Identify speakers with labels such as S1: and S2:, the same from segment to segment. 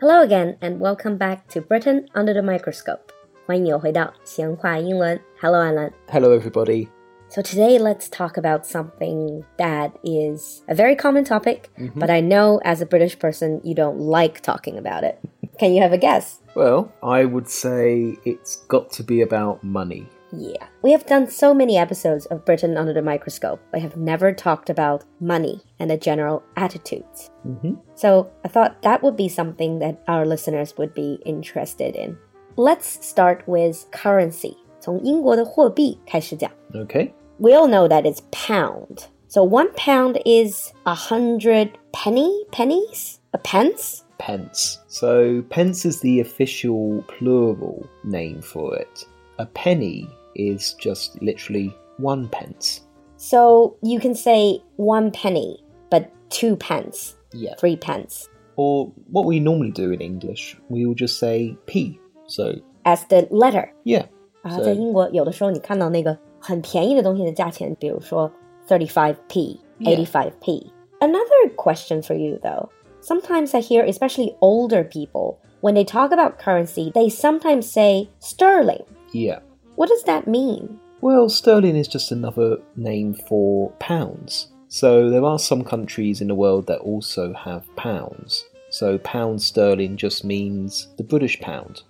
S1: Hello again and welcome back to Britain under the microscope. 欢迎又回到闲话英文。Hello, Alan.
S2: Hello, everybody.
S1: So today let's talk about something that is a very common topic, but I know as a British person you don't like talking about it. Can you have a guess?
S2: Well, I would say it's got to be about money.
S1: Yeah. We have done so many episodes of Britain under the microscope, but have never talked about money and the general attitudes.
S2: Mhm.
S1: So I thought that would be something that our listeners would be interested in. Let's start with currency. 从英国的货币开始讲。
S2: Okay.
S1: we all know that it's pound. So one pound is a hundred penny pennies, a pence.
S2: Pence. So, pence is the official plural name for it. A penny is just literally one pence.
S1: So you can say one penny, but two pence,
S2: Yeah.
S1: three pence.
S2: Or what we normally do in English, we will just say p. So,
S1: As the letter.
S2: yeah.
S1: 啊，
S2: So-
S1: 在英国有的时候你看到那个很便宜的东西的价钱，比如说 thirty five p, eighty
S2: Yeah.
S1: five p. Another question for you though. Sometimes I hear, especially older people, when they talk about currency, they sometimes say sterling.
S2: Yeah.
S1: What does that mean?
S2: Well, sterling is just another name for pounds. So there are some countries in the world that also have pounds. So pound sterling just means the British pound.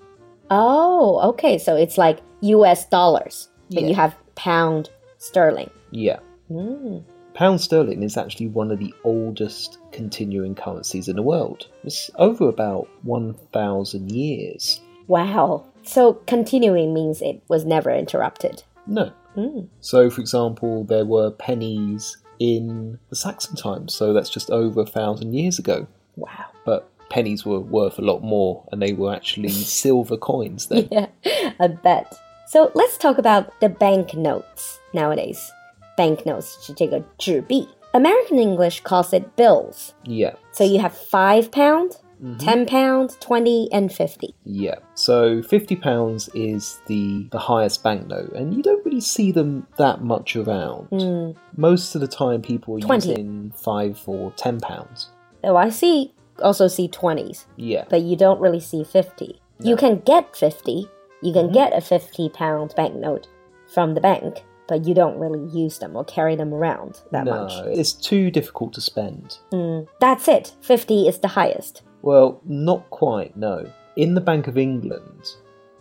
S1: Oh, okay. So it's like US dollars, but
S2: Yeah.
S1: you have pound sterling.
S2: Yeah.
S1: Mm.
S2: Pound sterling is actually one of the oldest continuing currencies in the world. It's over about 1,000 years.
S1: Wow. So continuing means it was never interrupted.
S2: No.
S1: Mm.
S2: So, for example, there were pennies in the Saxon times, so that's just over a thousand years ago.
S1: Wow.
S2: but pennies were worth a lot more and they were actually silver coins then.
S1: Yeah, I bet. So let's talk about the banknotes nowadays. Banknotes 是这个纸币. American English calls it bills.
S2: Yeah.
S1: So you have 5 pound, 10 pound, 20 and 50.
S2: Yeah. So 50 pounds is the the highest banknote and you don't really see them that much around.
S1: Mm.
S2: Most of the time people are
S1: 20.
S2: using 5 or 10 pounds.
S1: Oh, I see. Also see 20s.
S2: Yeah.
S1: but you don't really see 50. You
S2: No.
S1: can get 50. You can get a 50 pound banknote from the bank, but you don't really use them or carry them around that
S2: no,
S1: much.
S2: it's too difficult to spend.
S1: Mm, that's it. 50 is the highest.
S2: Well, not quite, no. In the Bank of England,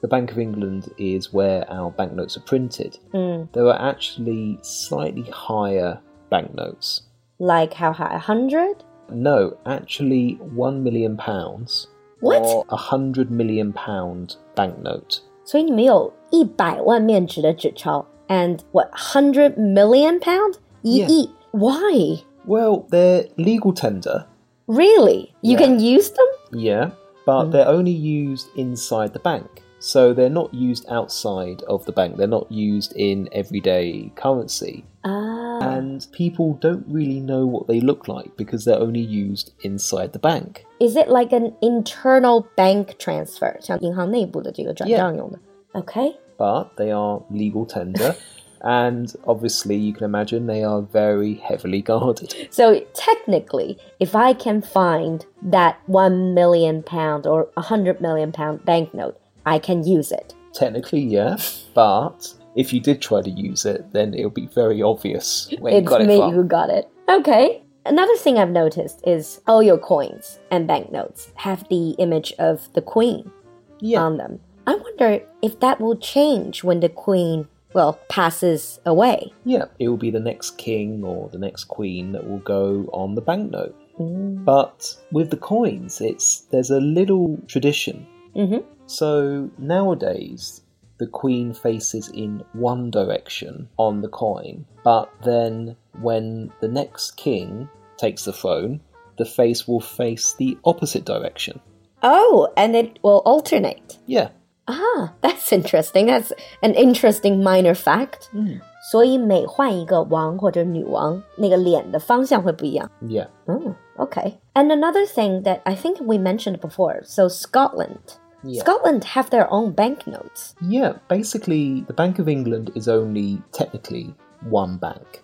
S2: the Bank of England is where our banknotes are printed.
S1: Mm,
S2: There are actually slightly higher banknotes.
S1: like how high? 100?
S2: No, actually, one million pounds.
S1: What?
S2: Or a hundred million pound banknote.
S1: 所以你们有100万面值的纸钞 and what, 100 million pound?
S2: Yeah.
S1: 一亿? Why?
S2: Well, they're legal tender,
S1: Really? You
S2: Yeah.
S1: can use them?
S2: yeah, but they're only used inside the bank. So they're not used outside of the bank. They're not used in everyday currency.
S1: Ah.
S2: And people don't really know what they look like because they're only used inside the bank.
S1: Is it like an internal bank transfer? 像银行内部的这个转账用的。Okay.
S2: but they are legal tender. and obviously, you can imagine they are very heavily guarded.
S1: So technically, if I can find that 1 million pound or 100 million pound banknote, I can use it.
S2: Technically, yeah, but if you did try to use it, then it'll be very obvious where you
S1: it's
S2: got it
S1: me
S2: from.
S1: who got it. Okay. Another thing I've noticed is all your coins and banknotes have the image of the queen
S2: Yeah.
S1: on them. I wonder if that will change when the queen, well, passes away.
S2: yeah, it will be the next king or the next queen that will go on the banknote. But with the coins, it's there's a little tradition.
S1: Mm-hmm.
S2: So nowadays, the queen faces in one direction on the coin, but then when the next king takes the throne, the face will face the opposite direction.
S1: Oh, and it will alternate.
S2: Yeah,
S1: Ah, that's interesting. That's an interesting minor fact.
S2: Hmm.
S1: 所以每换一个王或者女王，那个脸的方向会不一样。
S2: yeah,
S1: Mm, okay. And another thing that I think we mentioned before, so Scotland.
S2: yeah.
S1: Scotland have their own banknotes.
S2: yeah, basically, the Bank of England is only technically one bank.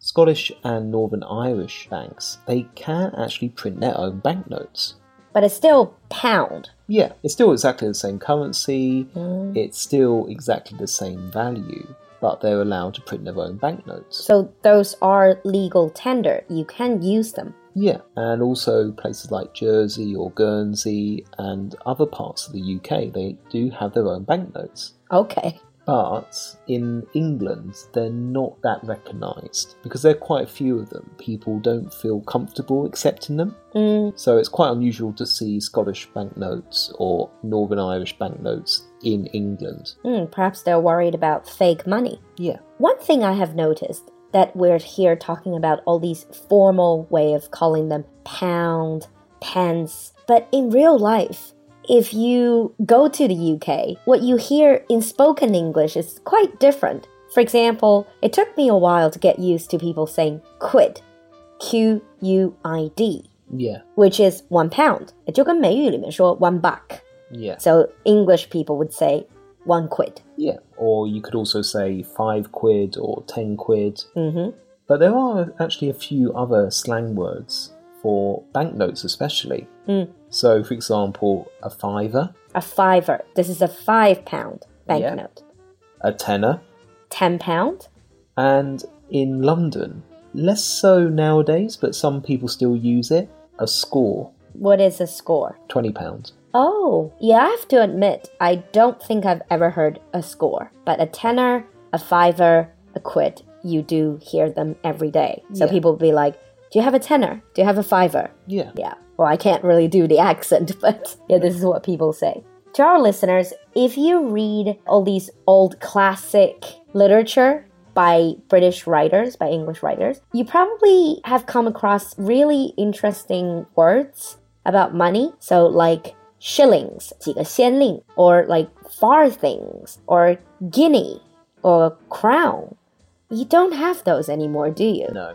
S2: Scottish and Northern Irish banks, they can actually print their own banknotes.
S1: But it's still pound.
S2: Yeah, it's still exactly the same currency, it's still exactly the same value, but they're allowed to print their own banknotes.
S1: So those are legal tender. You can use them.
S2: Yeah, and also places like Jersey or Guernsey and other parts of the UK, they do have their own banknotes.
S1: Okay.
S2: But in England, they're not that recognised because there are quite a few of them. People don't feel comfortable accepting them. So it's quite unusual to see Scottish banknotes or Northern Irish banknotes in England.
S1: Hmm, perhaps they're worried about fake money.
S2: Yeah.
S1: One thing I have noticed that we're here talking about all these formal way of calling them pound, pence, but in real life, if you go to the UK, what you hear in spoken English is quite different. For example, it took me a while to get used to people saying quid, Q U I D,
S2: Yeah.
S1: which is one pound. 就跟美语里面说 one buck.
S2: Yeah.
S1: So English people would say one quid.
S2: Yeah. Or you could also say five quid or ten quid.
S1: hmm
S2: But there are actually a few other slang words for banknotes, especially.
S1: Mm.
S2: So, for example, a fiver,
S1: A fiver. This is a five pound
S2: Yeah.
S1: banknote.
S2: a tenner,
S1: Ten pound?
S2: and in London, less so nowadays, but some people still use it, a score,
S1: What is a score?
S2: £20.
S1: Oh, yeah, I have to admit, I don't think I've ever heard a score, but a tenner, a fiver, a quid, you do hear them every day. So
S2: Yeah.
S1: people will be like, Do you have a tenner? Do you have a fiver?
S2: Yeah.
S1: Yeah. Well, I can't really do the accent, but yeah, this is what people say. To our listeners, if you read all these old classic literature by British writers, by English writers, you probably have come across really interesting words about money. So, like shillings, 几个先令, or like farthings, or guinea, or crown. You don't have those anymore, do you?
S2: No.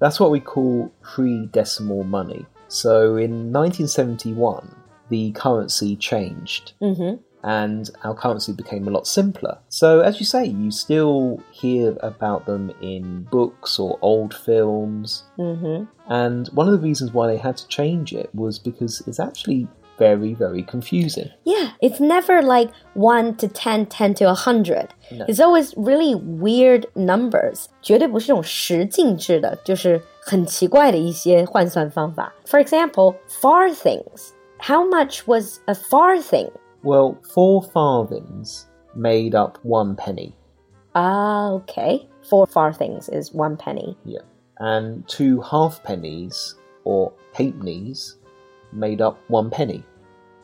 S2: That's what we call pre decimal money. So in 1971, the currency changed
S1: Mm-hmm.
S2: and our currency became a lot simpler. So, as you say, you still hear about them in books or old films.
S1: Mm-hmm.
S2: And one of the reasons why they had to change it was because it's actually very, very confusing.
S1: Yeah, it's never like 1 to 10, 10 to 100.
S2: No.
S1: It's always really weird numbers. 绝对不是这种十进制的，就是很奇怪的一些换算方法. For example, farthings. How much was a farthing?
S2: Well, four farthings made up one penny.
S1: Ah, okay. Four farthings is one penny.
S2: Yeah. And two halfpennies or halfpennies made up one penny.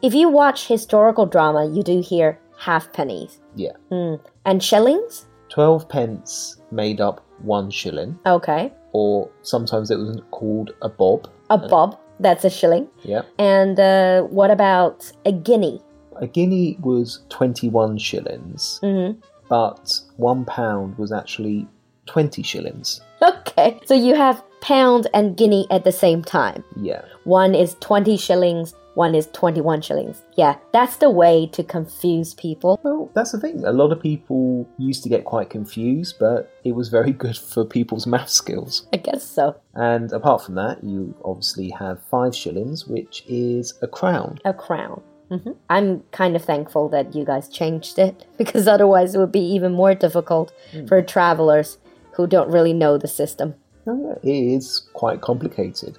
S1: If you watch historical drama, you do hear half pennies. Hmm.
S2: Yeah.
S1: And shillings?
S2: Twelve pence made up one shilling,
S1: Okay.
S2: or sometimes it was called a bob.
S1: A bob, that's a shilling.
S2: Yeah.
S1: And uh, what about a guinea?
S2: A guinea was 21 shillings,
S1: hmm
S2: but one pound was actually 20 shillings.
S1: Okay, so you have pound and guinea at the same time.
S2: Yeah.
S1: One is 20 shillings, one is 21 shillings. Yeah, that's the way to confuse people.
S2: Well, that's the thing. A lot of people used to get quite confused, but it was very good for people's math skills.
S1: I guess so.
S2: And apart from that, you obviously have five shillings, which is a crown.
S1: A crown. hmm I'm kind of thankful that you guys changed it because otherwise it would be even more difficult for travelers who don't really know the system.
S2: It is quite complicated.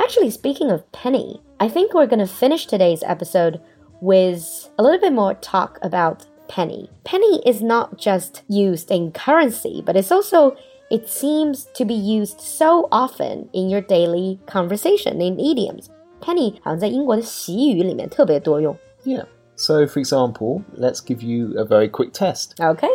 S1: Actually, speaking of penny, I think we're going to finish today's episode with a little bit more talk about penny. Penny is not just used in currency, but it's also it seems to be used so often in your daily conversation in idioms. Penny 好像在英国的习语里面特别多用。
S2: Yeah. So, for example, let's give you a very quick test
S1: Okay?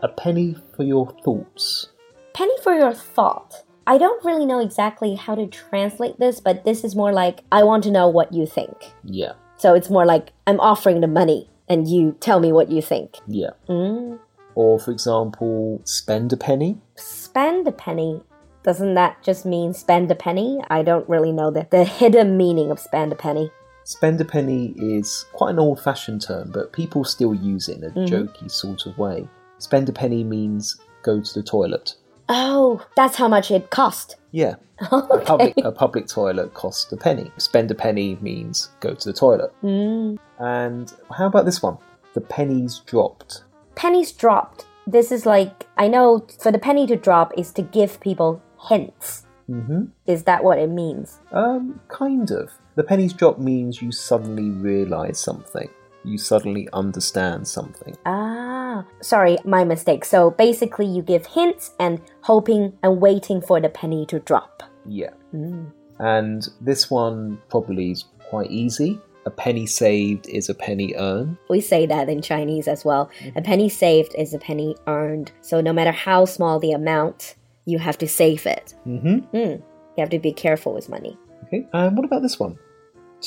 S2: a penny for your thoughts.
S1: Penny for your thought. I don't really know exactly how to translate this, but this is more like I want to know what you think.
S2: Yeah.
S1: So it's more like I'm offering the money and you tell me what you think.
S2: Yeah.
S1: Mm,
S2: Or, for example, spend a penny.
S1: spend a penny. Doesn't that just mean spend a penny? I don't really know the, the hidden meaning of spend a penny.
S2: Spend a penny is quite an old fashioned term, but people
S1: Mm-hmm.
S2: still use it in a jokey sort of way. Spend a penny means go to the toilet.
S1: Oh, that's how much it cost.
S2: Yeah. A
S1: Okay.
S2: public a public toilet costs a penny. Spend a penny means go to the toilet.
S1: Mm.
S2: And how about this one? The pennies dropped.
S1: Pennies dropped. This is like, I know for the penny to drop is to give people hints.
S2: hmm
S1: Is that what it means?
S2: Um, kind of. The pennies drop means you suddenly realise something. You suddenly understand something.
S1: Ah, sorry, my mistake. So basically, you give hints and hoping and waiting for the penny to drop.
S2: Yeah.
S1: Mm.
S2: And this one probably is quite easy. A penny saved is a penny earned.
S1: We say that in Chinese as well. A penny saved is a penny earned. So no matter how small the amount, you have to save it.
S2: Mm-hmm.
S1: Mm. You have to be careful with money.
S2: Okay. And what about this one?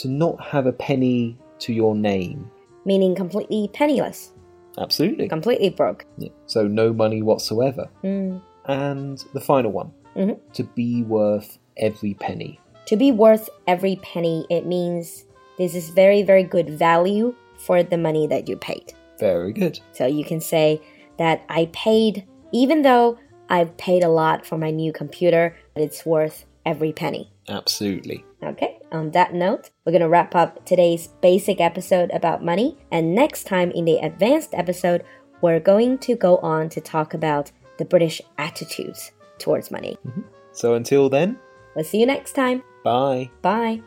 S2: To not have a penny to your name.
S1: Meaning completely penniless,
S2: Absolutely.
S1: completely broke.
S2: Yeah. So no money whatsoever.
S1: Mm.
S2: And the final one.
S1: Mhm.
S2: To be worth every penny.
S1: To be worth every penny, it means this is very, very good value for the money that you paid.
S2: Very good.
S1: So you can say that I paid, even though I've paid a lot for my new computer, but it's worth every penny.
S2: Absolutely.
S1: Okay, on that note, we're going to wrap up today's basic episode about money. And next time in the advanced episode, we're going to go on to talk about the British attitudes towards money.
S2: So until then,
S1: We'll see you next time.
S2: bye.
S1: Bye.